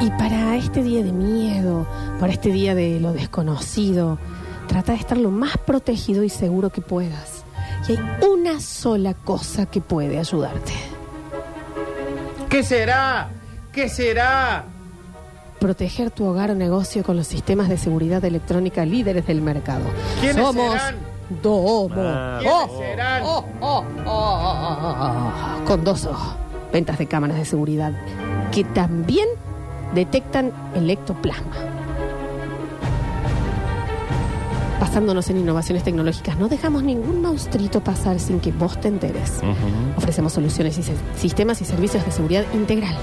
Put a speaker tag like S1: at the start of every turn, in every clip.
S1: Y para este día de miedo, para este día de lo desconocido, trata de estar lo más protegido y seguro que puedas. Y hay una sola cosa que puede ayudarte.
S2: ¿Qué será? ¿Qué será?
S1: Proteger tu hogar o negocio con los sistemas de seguridad electrónica líderes del mercado.
S2: ¿Quiénes
S1: Somos
S2: serán?
S1: Domo.
S3: Ah.
S2: ¿Quiénes
S1: Oh,
S2: serán?
S1: oh, oh, oh, oh, oh, oh. Con dos ojos. Ventas de cámaras de seguridad que también detectan el ectoplasma. Basándonos en innovaciones tecnológicas, no dejamos ningún maustrito pasar sin que vos te enteres. Ofrecemos soluciones y se- sistemas y servicios de seguridad integral.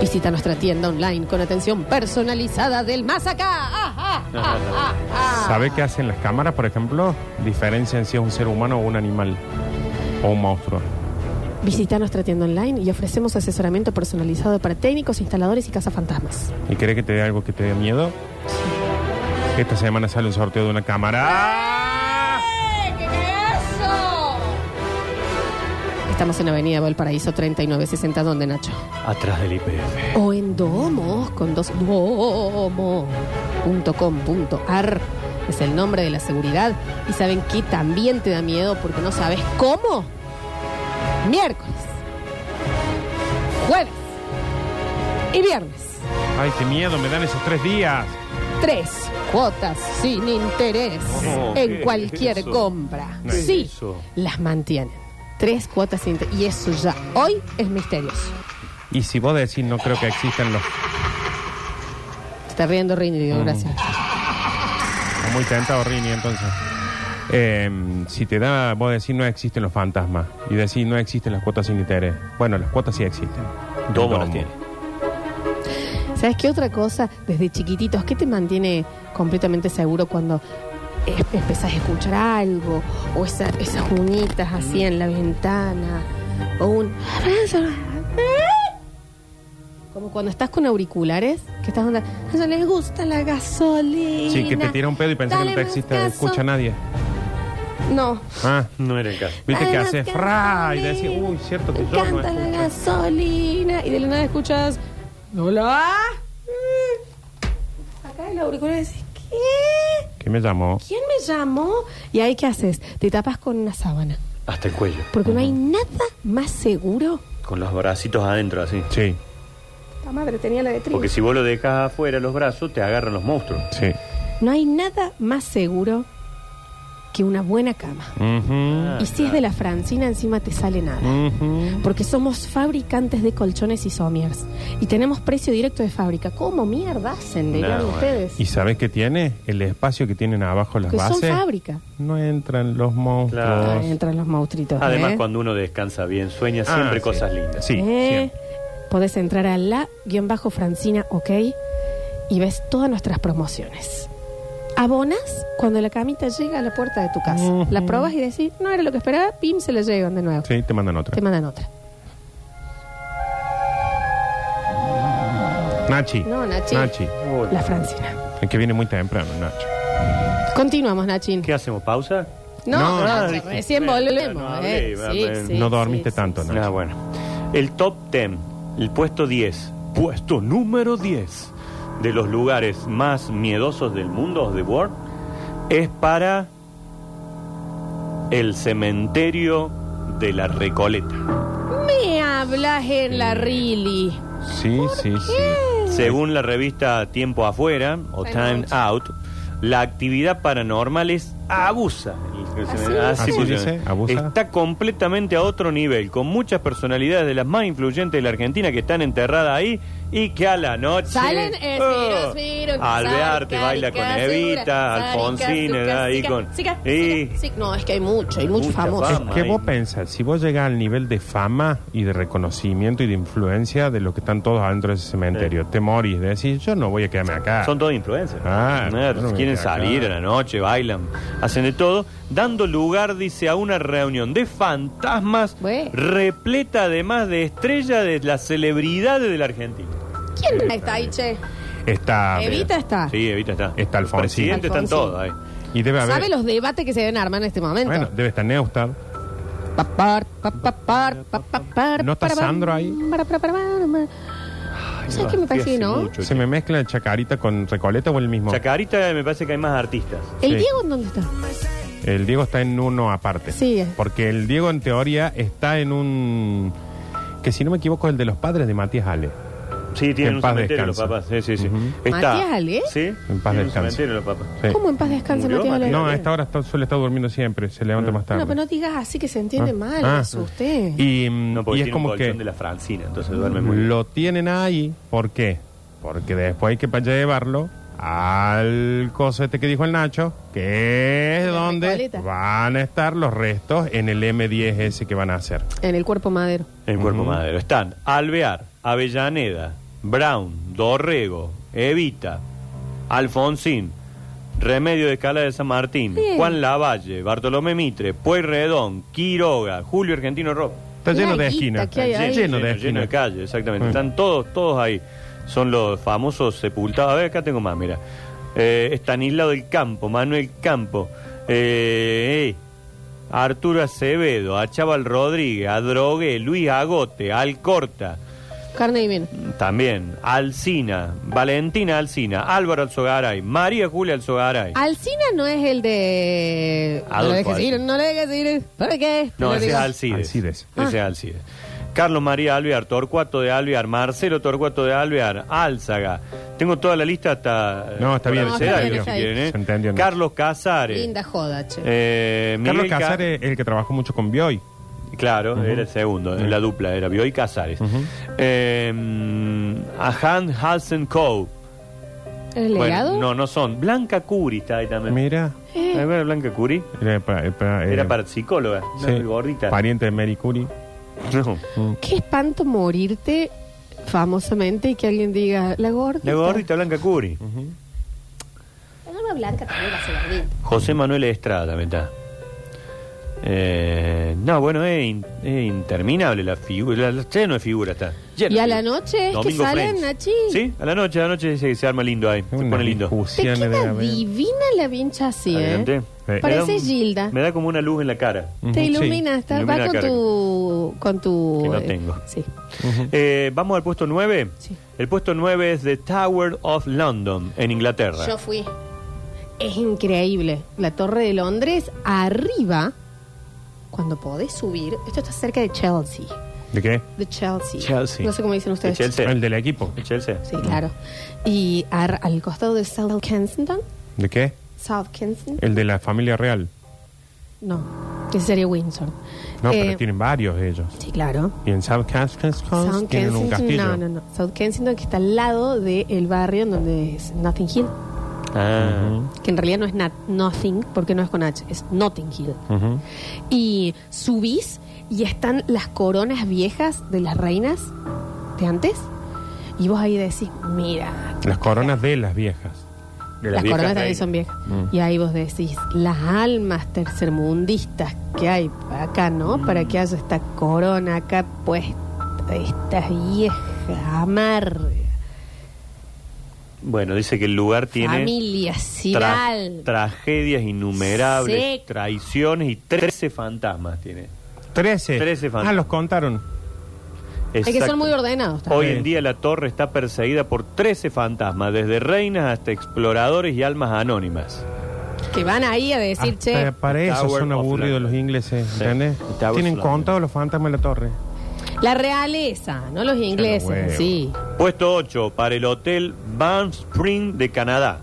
S1: Visita nuestra tienda online con atención personalizada del más acá. Ah, ah, ah, ah, ah.
S3: ¿Sabe qué hacen las cámaras, por ejemplo? Diferencian si es un ser humano o un animal. O un monstruo.
S1: Visita nuestra tienda online y ofrecemos asesoramiento personalizado para técnicos, instaladores y cazafantasmas.
S3: ¿Y cree que te dé algo que te dé miedo? Esta semana sale un sorteo de una ¡Ah! cámara.
S1: Estamos en Avenida Valparaíso 3960, donde Nacho.
S4: Atrás del IPF.
S1: O en domos con dos domo.com.ar. Es el nombre de la seguridad. Y saben que también te da miedo porque no sabes cómo. Miércoles, jueves y viernes.
S3: Ay, qué miedo, me dan esos tres días.
S1: Tres cuotas sin interés
S4: Oh, ¿qué
S1: en
S4: es
S1: cualquier
S4: eso?
S1: compra.
S3: No
S4: es
S1: sí,
S4: eso.
S1: las mantienen. Tres cuotas sin interés. Y eso ya hoy es misterioso.
S3: Y si vos decís, no creo que existan los...
S1: Se está riendo Rini,
S4: Mm.
S1: digo, gracias.
S3: Está Muy tentado Rini, entonces. Eh, si te da, vos decís, no existen los fantasmas. Y decís, no existen las cuotas sin interés. Bueno, las cuotas sí existen.
S4: Domo
S3: Domo.
S4: las tiene.
S1: ¿Sabes qué otra cosa? Desde chiquititos, ¿qué te mantiene completamente seguro cuando eh, empezás a escuchar algo? O esa- esas uñitas así en la ventana. O un... Como cuando estás con auriculares, que estás onda, "A ellos les gusta la gasolina.
S3: Sí, que te tira un pedo y pensás que
S1: Dale
S3: no
S1: más
S3: existe,
S1: gaso".
S3: escucha a nadie.
S1: No.
S3: Ah,
S4: No era el caso.
S3: viste
S1: Dale
S3: que
S1: más
S3: hace fra y
S1: gasolina.
S3: decís, uy, cierto que
S1: Me
S3: yo no
S1: encanta la
S3: escucho.
S1: gasolina. Y de la nada escuchas. ¡Hola! Mm. Acá el auricular decís, ¿qué?
S3: ¿Qué me llamó?
S1: ¿Quién me llamó? Y ahí, ¿qué haces? Te tapas con una sábana.
S4: Hasta el cuello.
S1: Porque no hay nada más seguro.
S4: Con los bracitos adentro, así.
S3: Sí,
S1: La madre tenía la de trigo.
S4: Porque si vos lo dejas afuera los brazos, te agarran los monstruos.
S3: sí.
S1: No hay nada más seguro que una buena cama.
S3: Ujú,
S4: Ah,
S1: y si es de la Francina, encima te sale nada.
S3: ujú.
S1: Porque somos fabricantes de colchones y somiers. Y tenemos precio directo de fábrica. ¿Cómo mierda hacen, dirían
S4: No, bueno.
S1: ustedes?
S3: ¿Y sabes qué tiene? El espacio que tienen abajo las
S1: Que son
S3: bases.
S1: fábrica.
S3: No entran los monstruos.
S4: Claro.
S1: Ah, entran los maustritos.
S4: Además,
S1: ¿eh?
S4: cuando uno descansa bien, sueña
S3: Ah,
S4: siempre
S3: sí.
S4: cosas lindas.
S3: Sí,
S1: ¿Eh?
S3: siempre.
S1: Podés entrar a la-francina, ok, y ves todas nuestras promociones. Abonas cuando la camita llega a la puerta de tu casa.
S3: Ujú.
S1: La probas y decís, no era lo que esperaba, pim, se la llevan de nuevo.
S3: Sí, te mandan otra.
S1: Te mandan otra.
S3: Nachi.
S1: No, Nachi.
S3: Nachi.
S4: Uy.
S1: La Francina.
S3: Es que viene muy temprano, Nacho.
S1: Continuamos, Nachin.
S4: ¿Qué hacemos? ¿Pausa?
S1: No,
S3: No,
S1: Nacho,
S4: dije,
S1: recién
S4: bueno,
S1: volvemos.
S4: no
S1: eh.
S4: hablé,
S1: Sí,
S4: bueno.
S1: sí,
S3: no dormiste
S1: sí,
S3: tanto, Nacho.
S4: Ah, bueno. El top 10, el puesto 10, puesto número 10 de los lugares más miedosos del mundo, de World, es para el cementerio de la Recoleta.
S1: sí. Me hablas en la Rili.
S3: Sí, sí, sí.
S4: Según la revista Tiempo Afuera o
S1: Time
S4: Time
S1: Out.
S4: Out, la actividad paranormal es abusa. El cementerio-
S3: Así
S4: funciona.
S3: dice, abusa.
S4: Está completamente a otro nivel, con muchas personalidades de las más influyentes de la Argentina que están enterradas ahí y que a la noche.
S1: Salen eh, Ciro,
S4: Oh,
S1: Ciro,
S4: Alvear te
S1: Carica,
S4: baila con
S1: Segura,
S4: Evita,
S1: Carica,
S4: Alfonsín,
S1: Zucca,
S4: ¿verdad? ahí
S1: Zica,
S4: con.
S1: Zica,
S4: y-
S1: Zica, Zica. No, es que hay mucho, hay mucho
S4: Mucha
S1: famoso.
S4: fama.
S3: ¿Qué vos pensás? Si vos llegás al nivel de fama y de reconocimiento y de influencia de lo que están todos adentro de ese cementerio, te morís. Decís, yo no voy a quedarme acá.
S4: Son todos influencers.
S3: Ah,
S4: Eh,
S3: claro,
S4: quieren
S3: mira,
S4: salir a
S3: claro.
S4: la noche, bailan, hacen de todo, dando lugar, dice, a una reunión de fantasmas
S1: Bueno.
S4: repleta además de estrellas de las celebridades de la Argentina.
S1: ¿Quién está ahí, che?
S3: Está.
S1: Evita está.
S4: Sí, Evita está.
S3: Está Alfonsín.
S4: Presidente están
S1: Alfonsín.
S4: todos ahí.
S3: Y debe haber.
S1: ¿Sabe los debates que se deben armar en este momento?
S3: Bueno, debe estar Neustad.
S1: Papar, papapar, papapar,
S3: ¿No está
S1: parabam,
S3: Sandro ahí?
S1: para, para, para, para, para. ¿Sabes qué me parece que
S4: hace
S1: no?
S4: mucho,
S3: ¿Se me mezcla Chacarita con Recoleta o el mismo?
S4: Chacarita me parece que hay más artistas.
S1: ¿El
S3: Sí.
S1: Diego en dónde está?
S3: El Diego está en uno aparte.
S1: Sí.
S3: Porque el Diego, en teoría, está en un. Que si no me equivoco, es el de los padres de Matías Ale.
S4: Sí,
S3: En
S4: tienen un
S3: paz
S4: cementerio los
S3: descanse.
S4: papás. Sí, sí, sí.
S3: Ujú.
S4: Está.
S1: Matías Ale.
S4: Sí.
S3: En paz
S4: tienen un
S3: descanse.
S4: cementerio los papás.
S3: Sí.
S1: ¿Cómo en paz descansa
S4: Murió,
S1: Matías Ale?
S3: No, a esta hora está- suele estar durmiendo siempre, se
S4: Ah.
S3: levanta más tarde.
S1: No, pero no digas así que se entiende
S3: Ah,
S1: mal,
S3: ah.
S1: eso usted.
S3: Y, mm,
S4: No, porque
S3: y es
S4: tiene
S3: como
S4: un colchón
S3: que
S4: de la Francina, entonces duerme muy bien.
S3: lo tienen ahí, ¿por qué? Porque después hay que pa- llevarlo al cosete que dijo el Nacho, que es
S1: La
S3: donde
S1: Recoleta.
S3: van a estar los restos en el M10 ese que van a hacer.
S1: En el cuerpo madero.
S4: El cuerpo madero. Están Alvear, Avellaneda, Brown, Dorrego, Evita, Alfonsín, Remedio de Escala de San Martín,
S1: Bien.
S4: Juan Lavalle, Bartolomé Mitre, Pueyrredón, Quiroga, Julio Argentino Rob.
S3: Está lleno
S1: La
S3: de
S1: guita
S3: esquinas,
S1: que hay ahí.
S3: lleno de
S4: lleno de
S3: esquinas.
S4: calle, exactamente.
S3: Mm.
S4: Están todos, todos ahí. Son los famosos sepultados. A ver, acá tengo más, mira. Eh, Estanislao del Campo, Manuel Campo, eh, eh, Arturo Acevedo, Achával Rodríguez, Adrogué, Luis Agote, Alcorta,
S1: Carne y vino.
S4: también, Alcina, Valentina Alcina, Álvaro Alzogaray, María Julia Alzogaray.
S1: Alcina no es el de. no
S4: Adolfo
S1: le dejes ir,
S4: Alsina.
S1: no le dejes ir. ¿Por qué?
S4: No,
S1: le
S4: ese es
S1: digas.
S4: Alcides.
S3: Alcides.
S4: Ese
S1: Ah.
S4: es Alcides. Carlos María Alvear, Torcuato de Alvear, Marcelo Torcuato de Alvear, Álzaga. Tengo toda la lista hasta. eh,
S3: No, está
S4: por
S3: bien,
S4: abecedario,
S1: está bien,
S4: si
S1: está bien.
S4: quieren, ¿eh?
S3: Se entendió, Nacho.
S4: Carlos Casares.
S1: Linda joda, che.
S4: eh,
S3: Carlos
S4: Miguel Ca-
S3: Casares es el que trabajó mucho con Bioy.
S4: Claro, era el segundo, en la dupla, era Bioy Casares. Eh, a Han Hansen Co.
S1: ¿El legado?
S4: no, no son. Blanca Curi está ahí también.
S3: Mira,
S1: Eh,
S4: ¿Ahí va Blanca Curi?
S3: era para, para-
S4: Era
S3: eh,
S4: para psicóloga,
S3: sí,
S4: gordita.
S3: pariente de Mary Curie. Mm,
S4: No.
S1: Qué espanto morirte famosamente y que alguien diga, la gorda.
S4: La gordita Blanca Curi.
S1: La gorda blanca también la hace gordita.
S4: José Manuel Estrada, también está. Eh, no, bueno, es, in- es interminable la figura. La, lleno de figuras está. Lleno
S1: ¿Y
S4: de
S1: a la
S4: figuras.
S1: noche es que salen, Nachi?
S4: Sí, a la noche, a la noche se, se arma lindo ahí. Se
S3: Una
S4: pone lindo.
S1: Te
S3: discusión de
S1: queda
S3: haber.
S1: divina la vincha así,
S4: Adelante.
S1: ¿eh? Parece
S4: Me da un-
S1: Gilda.
S4: Me da como una luz en la cara.
S3: Ujú,
S1: Te
S3: sí.
S1: iluminas, está-
S4: Ilumina
S1: va
S4: la
S1: con
S4: cara.
S1: tu, con tu...
S4: Que no
S1: eh,
S4: tengo.
S1: Sí.
S4: Eh, Vamos al puesto 9.
S1: Sí.
S4: El puesto 9 es The Tower of London, en Inglaterra.
S1: Yo fui. Es increíble. La Torre de Londres, arriba, cuando podés subir, esto está cerca de Chelsea.
S3: ¿De qué?
S1: De Chelsea.
S4: Chelsea.
S1: No sé cómo dicen ustedes.
S4: De Chelsea. Sí.
S3: El del equipo.
S4: El Chelsea.
S1: Sí, claro. Y ar- al costado de South Kensington.
S3: ¿De qué?
S1: South Kensington.
S3: El de la familia real.
S1: No, ese sería Windsor.
S3: No,
S1: Eh,
S3: pero tienen varios ellos.
S1: Sí, claro.
S3: Y en South Kensington
S1: South
S3: tienen
S1: Kensington,
S3: un castillo.
S1: no, no, no. South Kensington que está al lado del barrio en donde es Nothing Hill.
S4: Ah.
S1: Que en realidad no es nat- Nothing, porque no es con H, es Nothing Hill.
S3: Ujú.
S1: Y subís y están las coronas viejas de las reinas de antes. Y vos ahí decís, mira,
S3: Las coronas de las viejas.
S4: De
S1: las,
S4: viejas
S1: coronas también
S4: reinas. Mm.
S1: son viejas. Y ahí vos decís, las almas tercermundistas que hay acá,
S4: Mm.
S1: ¿no? Para que haya esta corona acá puesta, esta vieja amarga,
S4: Bueno, dice que el lugar tiene.
S1: familia
S4: Tra-
S1: ciral.
S4: tragedias innumerables,
S1: Sí.
S4: traiciones y 13 fantasmas tiene.
S3: Trece.
S4: Trece fans.
S3: Ah, los contaron.
S1: Hay que
S4: Exacto.
S1: ser muy ordenados también.
S4: Hoy en día la torre está perseguida por 13 fantasmas, desde reinas hasta exploradores y almas anónimas.
S1: Que van ahí a decir,
S4: Ah,
S3: Hasta
S4: eh.
S1: che,
S3: Ah, para eso
S4: Tower
S3: son
S4: of
S3: aburridos
S4: London.
S3: los ingleses,
S4: Sí.
S3: ¿entendés?
S4: Tower of
S3: Tienen
S4: London.
S3: contados los fantasmas de la torre.
S1: la realeza, no los ingleses,
S3: huevo.
S1: sí.
S4: Puesto 8 para el hotel Banff Spring de Canadá.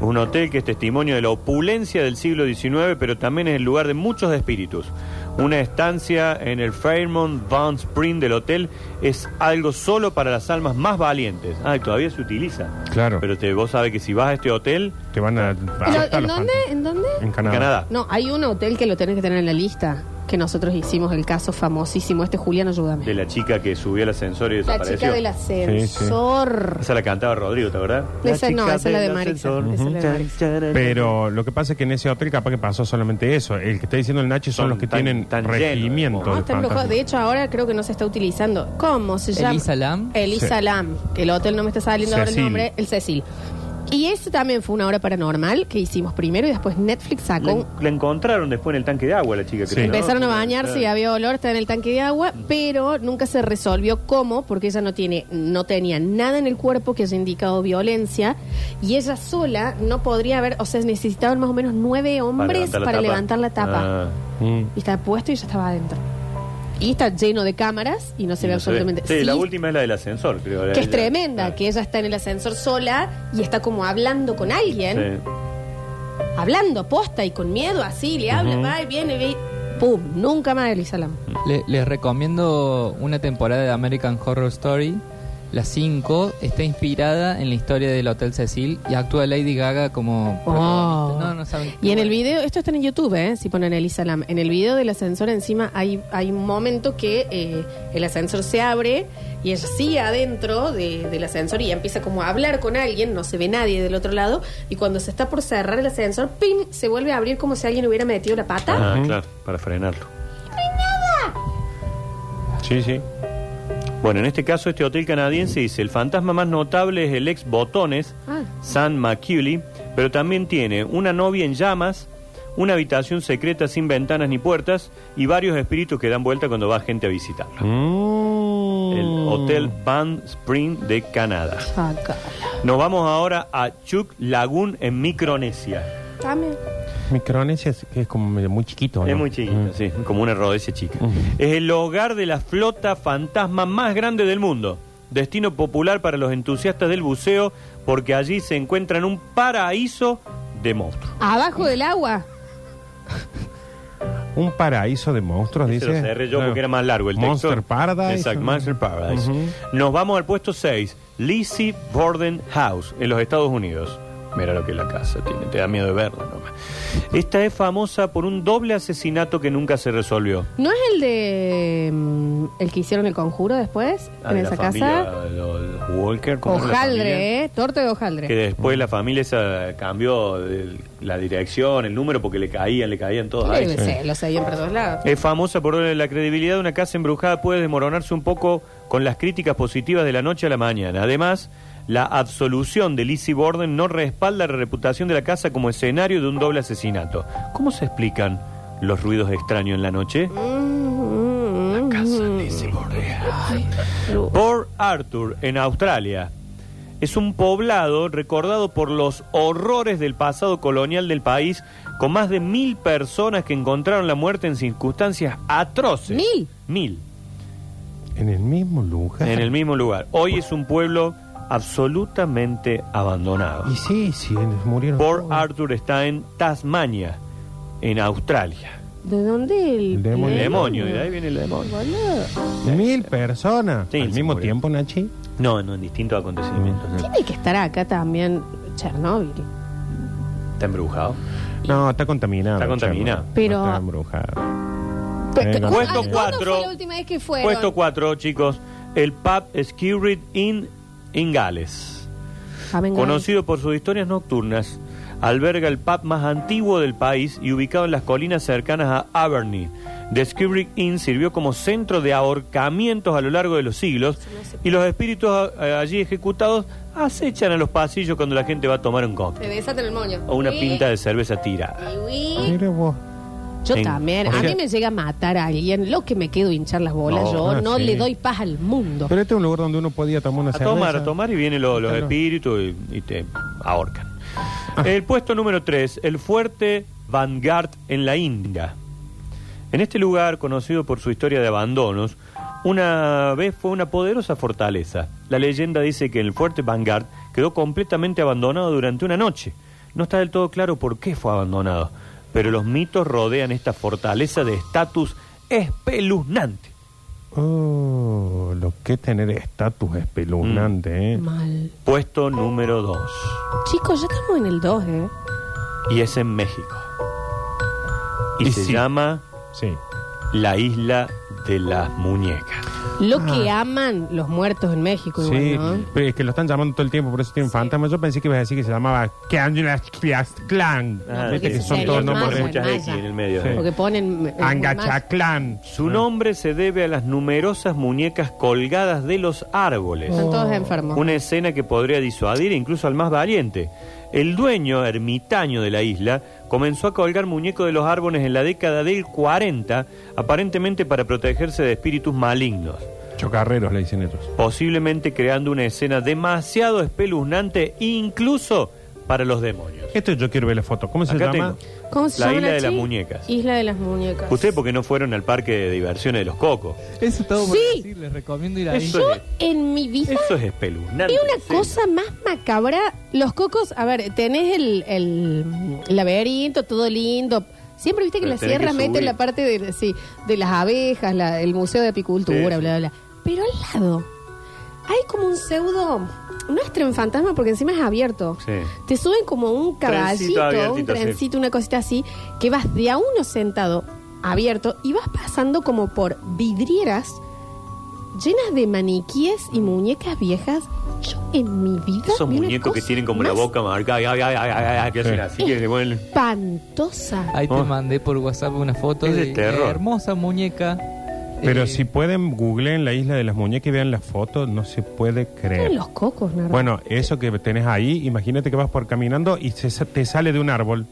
S4: Un hotel que es testimonio de la opulencia del siglo XIX, pero también es el lugar de muchos espíritus. Una estancia en el Fairmont Banff Spring del hotel es algo solo para las almas más valientes. Ah, y todavía se utiliza.
S3: Claro.
S4: Pero te- vos sabes que si vas a este hotel,
S3: Te van a. a
S1: Pero,
S3: adoptar
S1: ¿En
S3: los
S1: dónde?
S3: fantasmas.
S1: ¿En dónde?
S3: En Canadá.
S4: Canadá.
S1: No, hay un hotel que lo tenés que tener en la lista, que nosotros hicimos el caso famosísimo. Este Julián, ayúdame.
S4: de la chica que subió al ascensor y
S1: La
S4: desapareció.
S1: chica del ascensor.
S4: Esa la cantaba Rodrigo, ¿te verdad?
S1: Esa no, esa es la de Marisa. Esa es la de Marisa.
S3: Pero lo que pasa es que en ese hotel capaz que pasó solamente eso. El que está diciendo el Nacho son,
S4: Son
S3: los que
S4: tan-
S3: tienen
S4: tan llenos de
S3: regimiento
S1: No,
S3: de
S1: Ah, está embrujado.
S3: fantasmas.
S1: De hecho, ahora creo que no se está utilizando. ¿Cómo se llama?
S5: Elisa Lam.
S1: Elisa
S3: Sí.
S1: Lam. Que el hotel no me está saliendo ahora el
S3: Cecil.
S1: nombre. El Cecil. Y eso también fue una hora paranormal que hicimos primero y después Netflix sacó.
S4: La,
S1: un-
S4: en- la encontraron después en el tanque de agua, la chica.
S3: Sí.
S4: creo, ¿no?
S1: Empezaron a bañarse y
S4: Claro.
S1: había olor, estaba en el tanque de agua, pero nunca se resolvió cómo, porque ella no tiene, no tenía nada en el cuerpo que haya indicado violencia, y ella sola no podría haber, o sea, necesitaban más o menos nueve hombres para levantar la tapa.
S4: Ah.
S3: Mm.
S1: Y estaba puesto y ella estaba adentro. Y está lleno de cámaras y no se ve
S4: No se ve.
S1: absolutamente.
S4: Sí,
S1: Sí,
S4: la última es la del ah, ascensor, creo.
S1: Que es tremenda, que ella está en el ascensor sola y está como hablando con alguien hablando posta y con miedo así, le habla, va y viene, ve y- ¡pum! Nunca más el Salam.
S5: Le- les recomiendo una temporada de American Horror Story. La 5 está inspirada en la historia del Hotel Cecil y actúa Lady Gaga como...
S1: Oh.
S5: No, no saben.
S1: Y en el video, esto está en YouTube, ¿eh? si ponen el Salam, en el video del ascensor encima hay, hay un momento que eh, el ascensor se abre y ella sigue adentro de- del ascensor y empieza como a hablar con alguien, no se ve nadie del otro lado, y cuando se está por cerrar el ascensor, ¡pim! se vuelve a abrir como si alguien hubiera metido la pata.
S4: Ah, claro, para frenarlo.
S3: Sí, sí.
S4: Bueno, en este caso, este hotel canadiense dice: el fantasma más notable es el ex Botones,
S1: Ah.
S4: San McCully, pero también tiene una novia en llamas, una habitación secreta sin ventanas ni puertas y varios espíritus que dan vuelta cuando va gente a visitar. El
S3: Mm.
S4: Hotel Van Spring de Canadá.
S1: Acá.
S4: Nos vamos ahora a Chuk Lagoon en Micronesia.
S1: Dame.
S3: Mm. Micronesia es, es como medio muy chiquito. ¿no?
S4: Es muy chiquita,
S3: Mm.
S4: sí, como una rodecia chica. Es el hogar de la flota fantasma más grande del mundo. Destino popular para los entusiastas del buceo porque allí se encuentran un paraíso de monstruos.
S1: Abajo del agua.
S3: Un paraíso de monstruos,
S4: Ese
S3: dice.
S4: lo cerré yo
S3: Claro.
S4: porque era más largo el texto.
S3: Monster Paradise.
S4: Exacto,
S3: ¿no?
S4: Monster Paradise.
S3: Ujú.
S4: Nos vamos al puesto 6, Lizzie Borden House, en los Estados Unidos. Mira lo que es la casa tiene, te da miedo de verla nomás. Esta es famosa por un doble asesinato que nunca se resolvió.
S1: ¿No es el de. mm, el que hicieron el conjuro después?
S4: Ah,
S1: en
S4: de
S1: esa
S4: la familia,
S1: casa.
S4: los Walker ¿cómo era la familia?
S1: Hojaldre, ¿eh? Torta de
S4: Que
S1: hojaldre.
S4: después la familia esa cambió el- la dirección, el número, porque le caían, le caían todos a
S1: Debe
S4: ella.
S1: ser, Los sabían por todos lados.
S4: Es famosa por darle la credibilidad de una casa embrujada puede desmoronarse un poco con las críticas positivas de la noche a la mañana. Además, la absolución de Lizzie Borden no respalda la reputación de la casa como escenario de un doble asesinato. ¿Cómo se explican los ruidos extraños en la noche? La casa de Lizzie Borden. Port Arthur, en Australia. Es un poblado recordado por los horrores del pasado colonial del país, con más de mil personas que encontraron la muerte en circunstancias atroces.
S1: ¿Mil?
S4: Mil.
S3: En el mismo lugar.
S4: En el mismo lugar. Hoy es un pueblo absolutamente abandonado.
S3: Y sí, sí, murieron.
S4: Port
S3: todos.
S4: Arthur está en Tasmania, en Australia.
S1: ¿De dónde el,
S3: El demonio.
S4: El
S1: el-
S4: demonio, ¿eh? y de ahí viene el demonio.
S1: Boludo.
S3: Mil personas.
S4: Sí,
S3: Al
S4: se
S3: mismo
S4: murieron.
S3: tiempo, Nachi.
S4: No, no, en distintos acontecimientos. ¿no?
S1: Tiene que estar acá también Chernóbil.
S4: Está embrujado.
S3: No, está contaminado.
S4: Está contaminado.
S3: Chamo.
S1: Pero-
S3: No está embrujado.
S1: Pe- ¿cuándo
S3: no,
S4: Puesto
S1: fue
S4: cuatro.
S1: la última vez que fueron?
S4: Puesto 4, chicos. El pub Skirrid Inn en Gales.
S1: Ah, venga.
S4: Conocido por sus historias nocturnas, alberga el pub más antiguo del país y ubicado en las colinas cercanas a Aberney. The Skirrid Inn sirvió como centro de ahorcamientos a lo largo de los siglos y los espíritus eh, allí ejecutados acechan a los pasillos cuando la gente va a tomar un
S1: Te
S4: cóctel
S1: desatan el moño.
S4: o una
S1: Uy,
S4: pinta de cerveza tirada.
S1: uy.
S3: Mira vos.
S1: Yo
S4: Sí.
S1: también.
S4: O
S1: A
S4: sea-
S1: mí me llega a matar a alguien. Lo que me quedo hinchar las bolas.
S4: No,
S1: yo
S3: ah,
S1: no
S3: sí.
S1: le doy paz al mundo.
S3: Pero este es un lugar donde uno podía tomar una
S4: A
S3: cerveza.
S4: tomar, a tomar y vienen lo- los
S3: Claro.
S4: espíritus y, y te ahorcan. El puesto número 3, el fuerte Vanguard en la India. En este lugar, conocido por su historia de abandonos, una vez fue una poderosa fortaleza. La leyenda dice que el fuerte Vanguard quedó completamente abandonado durante una noche. No está del todo claro por qué fue abandonado, pero los mitos rodean esta fortaleza de estatus espeluznante.
S3: Oh, lo que es tener estatus espeluznante, ¿eh?
S1: Mal.
S4: Puesto número 2.
S1: Chicos, ya estamos en el 2, ¿eh?
S4: y es en México. Y,
S3: Y
S4: se
S3: sí.
S4: llama
S3: Sí.
S4: La Isla de las Muñecas.
S1: Lo que
S4: Ah.
S1: aman los muertos en México, igual,
S3: Sí,
S1: ¿no?
S3: pero es que lo están llamando todo el tiempo, por eso tienen fantasma. Yo pensé que ibas a decir que se llamaba Clan. Clan.
S4: Ah,
S1: porque
S3: Viste,
S1: se
S3: Son
S1: sería
S3: todos
S1: más
S3: nombres.
S1: bueno.
S4: muchas
S1: maya.
S4: X en el medio.
S3: Sí. Ah.
S1: Porque ponen. eh, más-
S3: Angachaclan.
S4: Su nombre se debe a las numerosas muñecas colgadas de los árboles.
S3: Ah,
S1: Están todos enfermos.
S4: Una escena que podría disuadir incluso al más valiente. El dueño ermitaño de la isla comenzó a colgar muñecos de los árboles en la década del 40, aparentemente para protegerse de espíritus malignos,
S3: Chocarreros le dicen ellos.
S4: posiblemente creando una escena demasiado espeluznante incluso para los demonios.
S3: Esto yo quiero ver la foto. ¿Cómo se
S4: Acá
S3: llama?
S4: tengo.
S1: ¿Cómo se
S4: La
S1: llama
S4: isla de las
S1: chi?
S4: muñecas.
S1: Isla de las muñecas.
S4: Ustedes porque no fueron al parque de diversiones de los cocos.
S5: Eso es todo por
S1: Sí.
S5: decir, les recomiendo ir a
S4: Eso
S1: Yo
S4: es-
S1: en mi vida.
S4: Eso es espeluznante.
S1: Es una
S4: sí.
S1: cosa más macabra. Los cocos, a ver, tenés el, el laberinto, todo lindo. Siempre viste que
S4: Pero
S1: las
S4: tenés que
S1: sierras meten
S4: subir.
S1: la parte de, sí, de las abejas, la- el museo de
S4: Sí,
S1: apicultura,
S4: sí.
S1: bla, bla, bla. Pero al lado hay como un pseudo, no es tren fantasma porque encima es abierto.
S4: Sí.
S1: Te suben como un caballito, un
S4: abiertito, sí.
S1: trencito, una cosita así, que vas de a uno sentado, abierto, y vas pasando como por vidrieras llenas de maniquíes y muñecas viejas. Yo en mi vida.
S4: Esos
S1: vi una
S4: muñecos que
S1: cosa
S4: tienen como la
S1: más
S4: boca marcada, ay, ay, ay, ay, ay, que hacen
S3: Sí.
S4: así, que se vuelven-
S1: Espantosa.
S5: Ahí te
S4: Oh.
S5: mandé por WhatsApp una foto
S4: Es de
S5: de la
S4: terror.
S5: hermosa muñeca.
S3: Pero
S5: Eh,
S3: si pueden googleen la isla de las muñecas y vean la foto, no se puede creer.
S1: Eran los cocos, Nardo.
S3: Bueno, eso que tenés ahí, imagínate que vas por caminando y se sa- te sale de un árbol.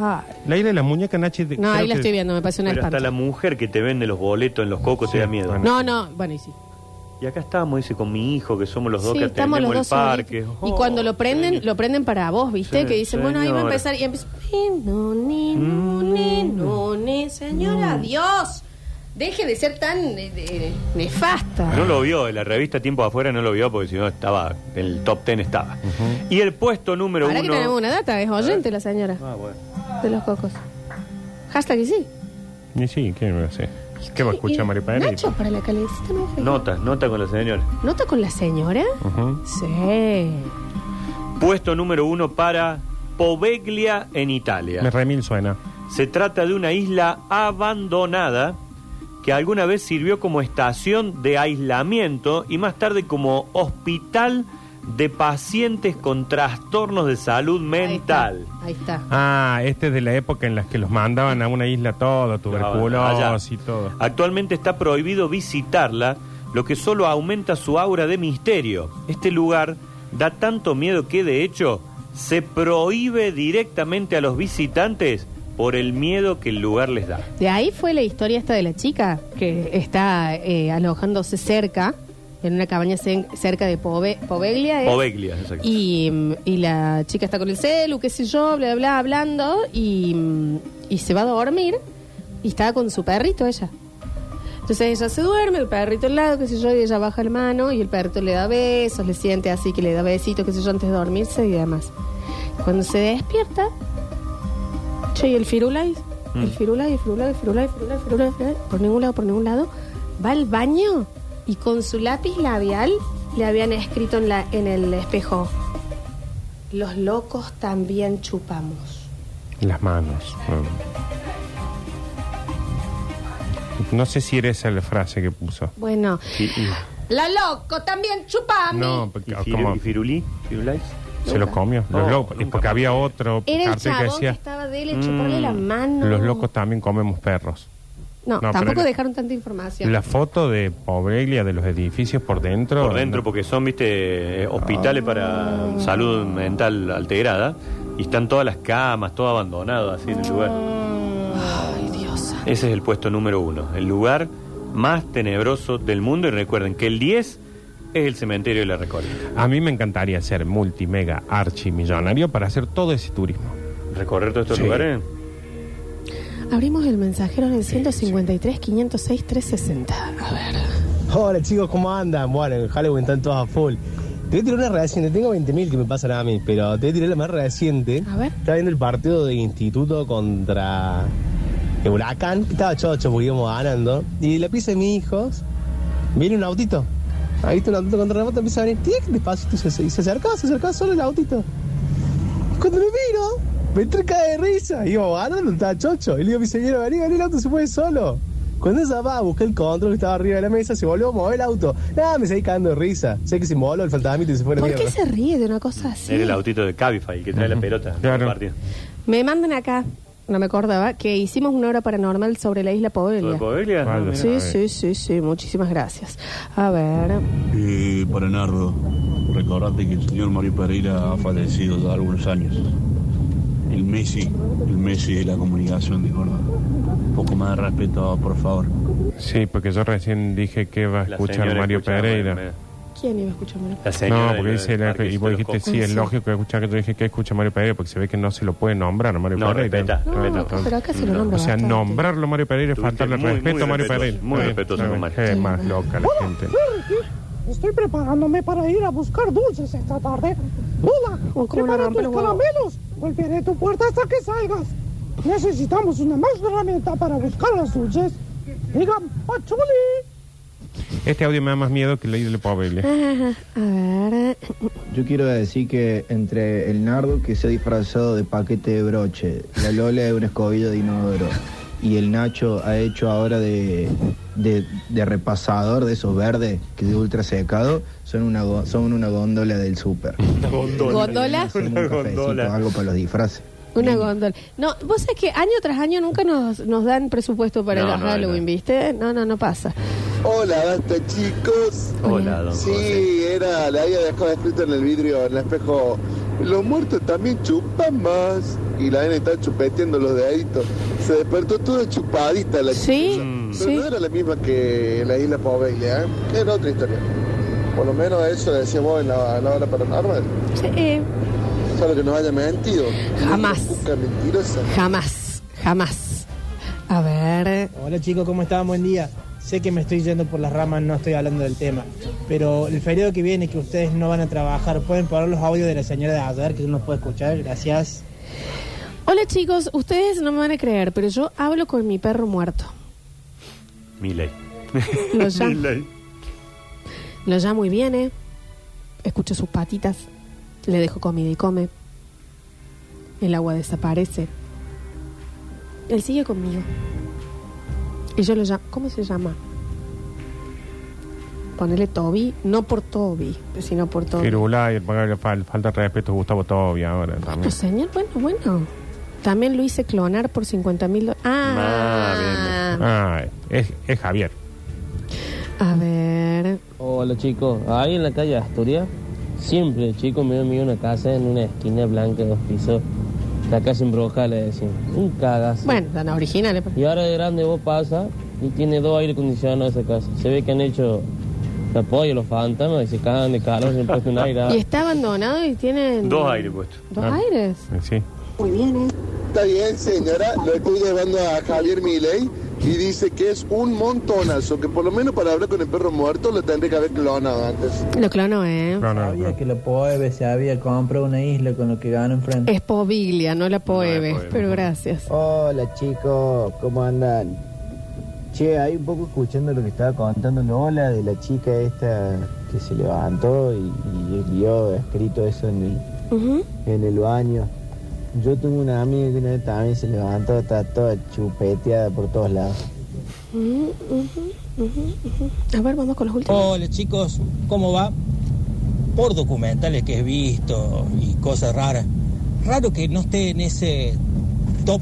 S1: Ah,
S3: La isla de las muñecas, Nachi. de-
S1: no, ahí
S3: creo
S1: la
S3: que-
S1: estoy viendo, me parece una
S4: Pero hasta la
S1: espanto.
S4: mujer que te vende los boletos en los cocos
S3: Sí,
S4: te da miedo.
S3: bueno.
S1: No, no, bueno, y sí.
S4: Y acá estábamos, dice, con mi hijo, que somos los dos
S1: Sí,
S4: que
S1: estamos los
S4: atendemos
S1: dos
S4: el parque.
S1: solitos.
S4: Oh,
S1: y cuando lo prenden,
S4: sí.
S1: lo prenden para vos, ¿viste?
S4: Sí,
S1: que dicen, bueno, ahí va a
S4: señora. Mm.
S1: empezar. Y empieza. "Ni, no, ni, no, ni, no, ni". señora, Dios. Deje de ser tan eh, de- nefasta.
S4: No lo vio, en la revista Tiempo Afuera no lo vio porque si no estaba, el top ten estaba. Y el puesto número
S1: Ahora que
S4: uno...
S1: tenemos una data, es oyente la señora
S4: Ah, bueno.
S1: de los cocos. Hashtag y sí.
S3: Y sí, ¿qué me hace? ¿Qué va a escuchar,
S1: Y-
S3: Maripari?
S1: Nacho, para la calecita me fui.
S4: Nota, nota con la señora.
S1: ¿Nota con la señora?
S3: Ujú.
S1: Sí.
S4: Puesto número uno para Poveglia en Italia.
S3: Me remil suena.
S4: Se trata de una isla abandonada que alguna vez sirvió como estación de aislamiento y más tarde como hospital de pacientes con trastornos de salud mental.
S1: Ahí está. Ahí está.
S3: Ah, este es de la época en la que los mandaban a una isla todo,
S4: Allá.
S3: tuberculosis y todo.
S4: Actualmente está prohibido visitarla, lo que solo aumenta su aura de misterio. Este lugar da tanto miedo que de hecho se prohíbe directamente a los visitantes por el miedo que el lugar les da.
S1: De ahí fue la historia esta de la chica que está eh, alojándose cerca, en una cabaña cen- cerca de Pove- Poveglia. ¿eh?
S4: Poveglia, exacto.
S1: Y, mm, y la chica está con el celu, qué sé yo, bla, bla, bla, hablando, y, mm, y se va a dormir, y estaba con su perrito ella. Entonces ella se duerme, el perrito al lado, qué sé yo, y ella baja la mano, y el perrito le da besos, le siente así, que le da besitos, qué sé yo, antes de dormirse y demás. Cuando se despierta, che, y el firulais, el firulais, el firulais, el firulais, el firulais, el firulais, el firulais, por ningún lado, por ningún lado, va al baño, y con su lápiz labial le habían escrito en, la, en el espejo, los locos también chupamos.
S3: Las manos. Mm. No sé si era esa la frase que puso.
S1: Bueno,
S4: Y- y-
S1: la loco también chupame.
S3: No, porque
S4: ¿Y Firu-
S3: como
S4: y Firulí? ¿Firulais?
S3: se los comió. Los
S4: No,
S3: locos. Y
S4: Oh, nunca
S3: porque
S4: más.
S3: había otro
S1: Era el
S3: cartel que
S1: chabón que,
S3: decía,
S1: estaba de él chuparle la mano.
S3: los locos también comemos perros.
S1: No,
S3: No, pero
S1: tampoco
S3: era-
S1: dejaron tanta información.
S3: La foto de Pobreglia de los edificios por dentro.
S4: Por dentro, porque son, viste, eh, hospitales
S3: Ah.
S4: para salud mental alterada. Y están todas las camas, todo abandonado así en el lugar.
S1: Ay, Dios.
S4: Ese es el puesto número uno. El lugar más tenebroso del mundo. Y recuerden que el 10 es el cementerio de la Recoleta.
S3: A mí me encantaría ser multimega archimillonario para hacer todo ese turismo.
S4: Recorrer todos estos
S3: Sí.
S4: lugares.
S1: Abrimos el mensajero en el 153 506 360. A ver.
S6: Hola chicos, ¿cómo andan? Bueno, en Halloween están todos a full. Te voy a tirar una reciente, tengo 20.000 que me pasan a mí, pero te voy a tirar la más reciente.
S1: A ver.
S6: Estaba viendo el partido de instituto contra el huracán, estaba chocho porque íbamos ganando. Y en la pieza de mis hijos, viene un autito. Ahí está un autito contra la moto, empieza a venir, tic, despacito, y se, y se acercaba, se acercaba solo el autito. Cuando me miro, me entré cae de risa. Y yo, ganando, estaba chocho. Y le digo a mi señora, vení, vení, el auto se puede solo. Cuando esa va a buscar el control que estaba arriba de la mesa, se volvió a mover el auto. Nada, me seguí cagando de risa. Sé que se voló el fantasmita y se fue a la
S1: ¿Por qué
S6: mierda.
S1: se ríe de una cosa así?
S4: Era el autito de Cabify, el que trae la pelota.
S3: Claro.
S4: Claro. Partido.
S1: Me mandan acá, no me acordaba, que hicimos una hora paranormal sobre la isla
S4: ¿Lo de
S1: Podelia.
S4: Povelia?
S3: Vale.
S4: No, mira.
S1: Sí,
S3: Ay.
S1: sí, sí, sí, muchísimas gracias. A ver,
S7: Eh, para Nardo, recordate que el señor Mario Pereira ha fallecido ya algunos años. El Messi, el Messi de la comunicación de Córdoba. Un poco más de respeto, por favor.
S3: Sí, porque yo recién dije que va a
S4: La
S3: escuchar
S4: señora
S3: Mario
S4: escuchaba,
S3: Pereira.
S4: me-
S1: ¿quién iba a escucharme?
S4: La señora
S3: No, porque
S4: del-
S3: dice,
S4: del
S3: la-
S4: parque
S3: y vos
S4: de los
S3: dijiste, sí, es
S1: Sí.
S3: lógico que escuchar que yo dije que escucha a Mario Pereira, porque se ve que no se lo puede nombrar a Mario
S4: No,
S3: Pereira.
S4: respeta,
S1: No,
S4: respeta.
S1: acá- pero acá se lo
S4: No.
S1: nombra
S3: O sea,
S1: bastante.
S3: nombrarlo a Mario Pereira es
S4: Tuviste
S3: faltarle
S4: muy, muy
S3: respeto a Mario
S4: respetuoso,
S3: Pereira.
S4: muy
S3: Está bien,
S4: respetuoso
S3: está bien.
S4: con Mario.
S3: Es más loca la gente.
S8: Estoy preparándome para ir a buscar dulces esta tarde. Duda,
S1: Oh, cómo no
S8: prepara
S1: rompe
S8: tus
S1: el huevo.
S8: caramelos. Golpearé tu puerta hasta que salgas. Necesitamos una más herramienta para buscar los dulces. Digan, ¡Pachuli!
S3: Este audio me da más miedo que el de Povelia.
S1: Ah. A ver,
S9: Yo quiero decir que entre el nardo que se ha disfrazado de paquete de broche, la Lola de una escobilla de inodoro y el Nacho ha hecho ahora de, de, de repasador de esos verdes que de ultra secado, son una, go- son una góndola del súper.
S1: ¿Góndola?
S9: Son un
S4: Una
S9: cafecito,
S4: góndola.
S9: Algo para los disfraces.
S1: una góndola. No, vos sabés que año tras año nunca nos, nos dan presupuesto para
S4: No,
S1: el
S4: no,
S1: Halloween,
S4: no.
S1: ¿viste? No, no, no pasa.
S10: Hola, basta chicos.
S4: Hola, don José.
S10: Sí, era, la había dejado escrito en el vidrio, en el espejo. Los muertos también chupan más. Y la nena está chupeteando los deditos. Se despertó toda chupadita la chiquilla.
S1: Sí,
S10: Pero
S1: sí.
S10: no era la misma que la isla Poveglia, ¿eh? Era otra historia. Por lo menos eso le decíamos en la, en la hora paranormal.
S1: Sí, eh,
S10: Solo que nos haya mentido.
S1: Jamás.
S10: Nunca mentirosa.
S1: jamás, jamás. A ver,
S8: Hola chicos, ¿cómo están? Buen día. Sé que me estoy yendo por las ramas, no estoy hablando del tema. Pero el feriado que viene, que ustedes no van a trabajar, ¿pueden parar los audios de la señora de ayer que no los puede escuchar? Gracias.
S1: hola chicos, ustedes no me van a creer, pero yo hablo con mi perro muerto.
S4: Milei.
S1: Lo llamo.
S4: Milei.
S1: Lo llamo y viene. Escucho sus patitas. Le dejo comida y come. El agua desaparece. Él sigue conmigo. Y yo lo llamo. ¿Cómo se llama? Ponele Toby, no por Toby, sino por Toby.
S3: Firula y el pagarle fal- falta de respeto a Gustavo Tobia ahora también.
S1: Pues, señor, bueno, bueno. También lo hice clonar por 50 mil dólares. Ah,
S3: Ah, es, es Javier.
S1: a ver.
S11: Hola chicos, ahí en la calle Asturias, siempre chicos me mío una casa en una esquina blanca, dos pisos, la casa embrujada le decimos, un cagazo.
S1: Bueno, tan original. ¿eh?
S11: Y ahora de grande vos pasa y tiene dos aire acondicionado esa casa, se ve que han hecho la polla los fantasmas y se cagan de calor, se han puesto un aire.
S1: Y está abandonado y tiene.
S4: Dos aires puestos.
S1: Dos
S3: Ah.
S1: aires.
S3: Eh, Sí.
S1: Muy bien, ¿eh?
S10: Está bien, señora, lo estoy llevando a Javier Milei y dice que es un montonazo, que por lo menos para hablar con el perro muerto lo tendría que haber clonado antes.
S1: Lo clono, ¿eh?
S3: No, no, no.
S11: que la pobre se había comprado una isla con lo que ganó enfrente.
S1: Es Poviglia, no la Poeve,
S4: Poeve.
S1: pero gracias.
S9: Hola chicos, ¿cómo andan? Che, ahí un poco escuchando lo que estaba contando Lola de la chica esta que se levantó y, y vio escrito eso en
S1: Ujú.
S9: el, en el baño. Yo tengo una amiga que una vez también se levantó, está toda chupeteada por todos lados.
S1: Ujú, ujú, ujú, ujú. A ver, vamos con los últimos.
S11: Hola chicos, ¿cómo va? Por documentales que he visto y cosas raras. Raro que no esté en ese top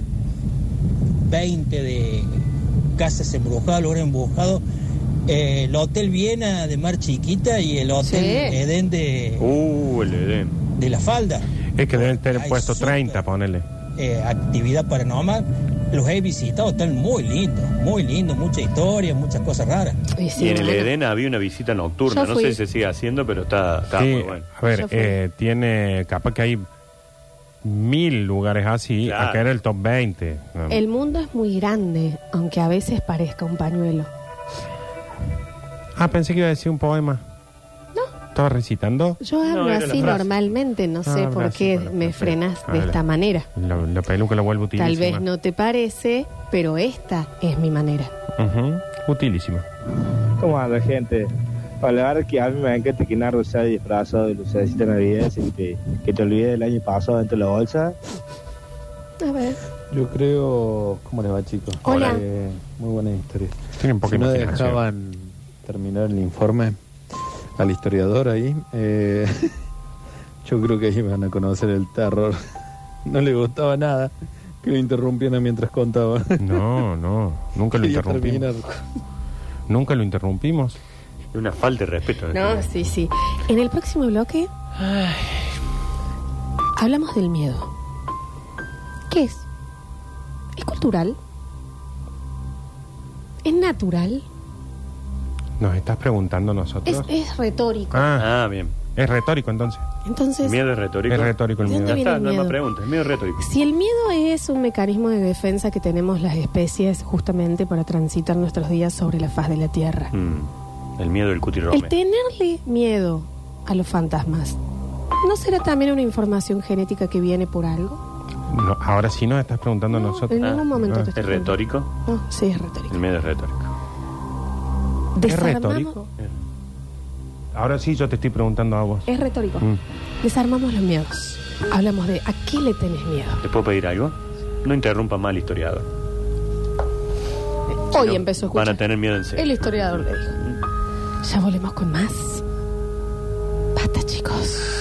S11: 20 de casas embrujadas, lugares embrujados. eh, el Hotel Viena de Mar Chiquita y el Hotel
S1: Sí.
S11: Edén de,
S4: Uh, el Edén.
S11: de La Falda.
S3: Es que deben tener
S11: Ay,
S3: puesto
S11: súper.
S3: 30, ponele.
S11: eh, actividad paranormal. Los he visitado, están muy lindos, muy lindos, mucha historia, muchas cosas raras.
S1: Y sí,
S4: y en el
S1: bueno.
S4: Edén había una visita nocturna.
S1: Yo
S4: No
S1: fui.
S4: sé si se sigue haciendo, pero está, está
S3: Sí,
S4: muy bueno.
S3: a ver,
S1: Yo fui.
S3: eh, tiene, capaz que hay mil lugares así.
S4: Claro.
S3: Acá era el top 20. No.
S1: El mundo es muy grande, aunque a veces parezca un pañuelo.
S3: Ah, pensé que iba a decir un poema. No. ¿Estaba recitando?
S1: Yo hablo
S4: era la
S1: así
S4: frase.
S1: normalmente, no sé
S3: Ah,
S1: por
S3: gracias,
S1: qué
S3: bueno,
S1: me
S3: perfecto.
S1: frenas de
S3: Ah,
S1: esta
S3: la-
S1: manera.
S3: La, la peluca la vuelvo utilísima.
S1: Tal vez no te parece, pero esta es mi manera.
S3: Ujú, Utilísima.
S9: ¿Cómo anda gente? Para la verdad que a mí me encanta que Nardo se haya disfrazado de lucecita navideña y que, que te olvides del año pasado dentro de la bolsa.
S1: A ver.
S9: Yo creo... ¿Cómo les va chicos?
S1: Hola.
S9: Eh,
S6: muy buena historia.
S3: Tienen poca
S6: si no
S3: imaginación.
S6: dejaban terminar el informe al historiador ahí, eh, yo creo que ahí van a conocer el terror. No le gustaba nada que lo interrumpieran mientras contaba.
S3: No, no, nunca lo
S6: Quería
S3: interrumpimos.
S6: terminar.
S3: Nunca lo interrumpimos.
S4: Una falta de respeto.
S11: No, sí, sí. En el próximo bloque hablamos del miedo. ¿Qué es? ¿Es cultural? ¿Es natural?
S3: Nos estás preguntando a nosotros.
S11: ¿Es, es retórico?
S3: Ah,
S4: bien.
S3: Es retórico entonces.
S11: Entonces,
S4: ¿Miedo es retórico?
S3: Es retórico el
S11: ¿De
S3: miedo.
S11: dónde
S4: Ya está,
S11: viene
S4: no
S11: el
S4: hay más
S11: miedo?
S4: preguntas. Miedo es retórico.
S11: si el miedo es un mecanismo de defensa que tenemos las especies justamente para transitar nuestros días sobre la faz de la Tierra,
S4: Mm, El miedo del
S11: el
S4: cutirrome.
S11: tenerle miedo a los fantasmas, ¿no será también una información genética que viene por algo?
S3: No, ahora sí nos estás preguntando a nosotros.
S11: en ningún momento te estoy
S4: ¿Es retórico?
S1: Oh,
S11: No, sí, es retórico.
S4: El miedo es retórico.
S3: ¿Es
S11: Desarmamos-
S3: retórico?
S1: Mm.
S3: Ahora sí yo te estoy preguntando a
S1: Eh.
S3: vos.
S11: Es retórico.
S3: Mm.
S11: Desarmamos los miedos. Hablamos de a qué le tenés miedo.
S4: ¿Te puedo pedir algo? No interrumpa mal, historiador.
S11: Hoy empezó a escuchar.
S4: Van a tener miedo en serio.
S11: El historiador le dijo. Ya volvemos con más. Basta, chicos.